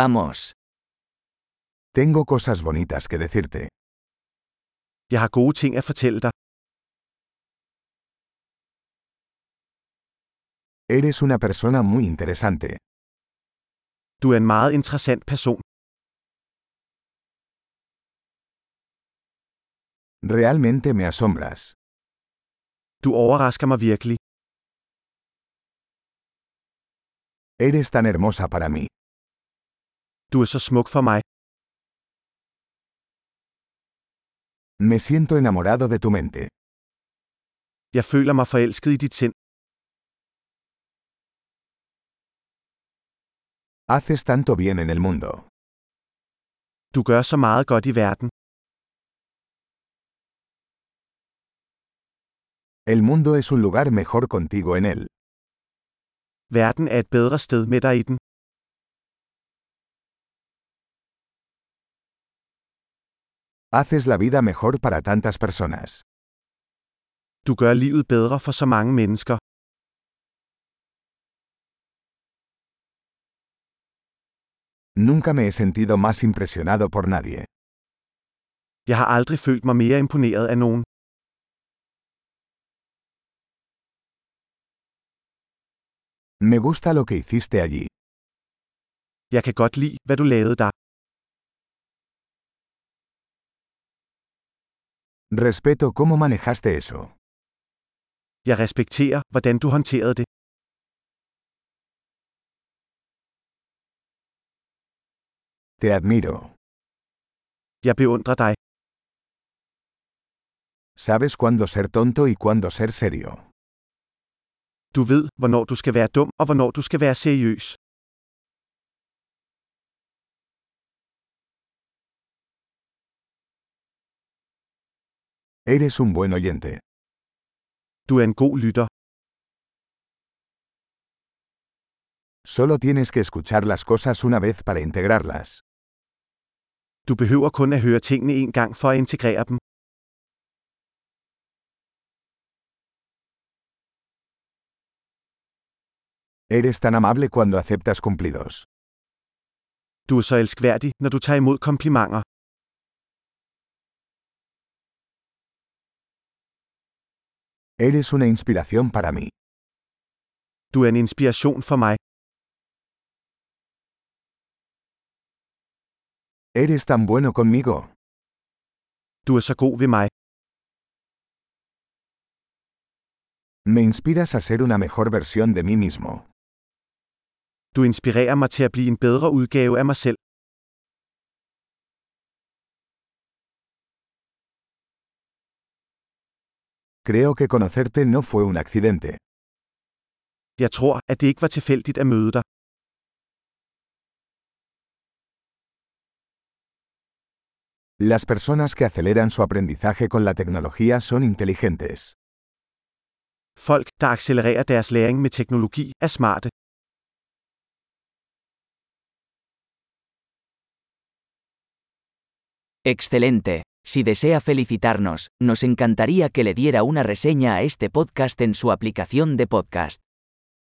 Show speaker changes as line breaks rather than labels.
Vamos.
Tengo cosas bonitas que decirte.
Jeg har gode ting at fortælle dig.
Eres una persona muy interesante.
Du er en meget interessant person.
Realmente me asombras.
Du overrasker mig virkelig.
Eres tan hermosa para mí.
Du er så smuk for mig.
Me siento enamorado de tu mente.
Jeg føler mig forelsket i dit sind.
Haces tanto bien en el mundo.
Du gør så meget godt i verden.
El mundo es un lugar mejor contigo en él.
Verden er et bedre sted med dig i den.
Haces la vida mejor para tantas personas.
Du gør livet bedre for så mange mennesker.
Nunca me he sentido más impresionado por nadie.
Jeg har aldrig følt mig mere imponeret af nogen.
Me gusta lo que hiciste allí.
Jeg kan godt lide, hvad du lavede der.
Respeto cómo manejaste eso.
Jeg respekterer, hvordan du håndterede det.
Te admiro.
Jeg beundrer dig.
Sabes cuándo ser tonto y cuándo ser serio.
Du ved, hvornår du skal være dum og hvornår du skal være seriøs.
Eres un buen oyente.
Du er en god lytter.
Solo tienes que escuchar las cosas una vez para integrarlas.
Du behøver kun at høre tingene en gang for at integrere dem.
Eres tan amable cuando aceptas cumplidos.
Du er så elskværdig, når du tager imod komplimenter.
Eres una inspiración para mí.
Du er en inspiration for mig.
Eres tan bueno conmigo.
Du er så god ved mig.
Me inspiras a ser una mejor versión de mí mismo.
Du inspirerer mig til at blive en bedre udgave af mig selv.
Creo que conocerte no fue un accidente.
Jeg tror, at det ikke var tilfældigt at møde dig.
Las personas que aceleran su aprendizaje con la tecnología son inteligentes.
Folk, der accelererer deres læring med teknologi, er smarte.
Excelente. Si desea felicitarnos, nos encantaría que le diera una reseña a este podcast en su aplicación de podcast.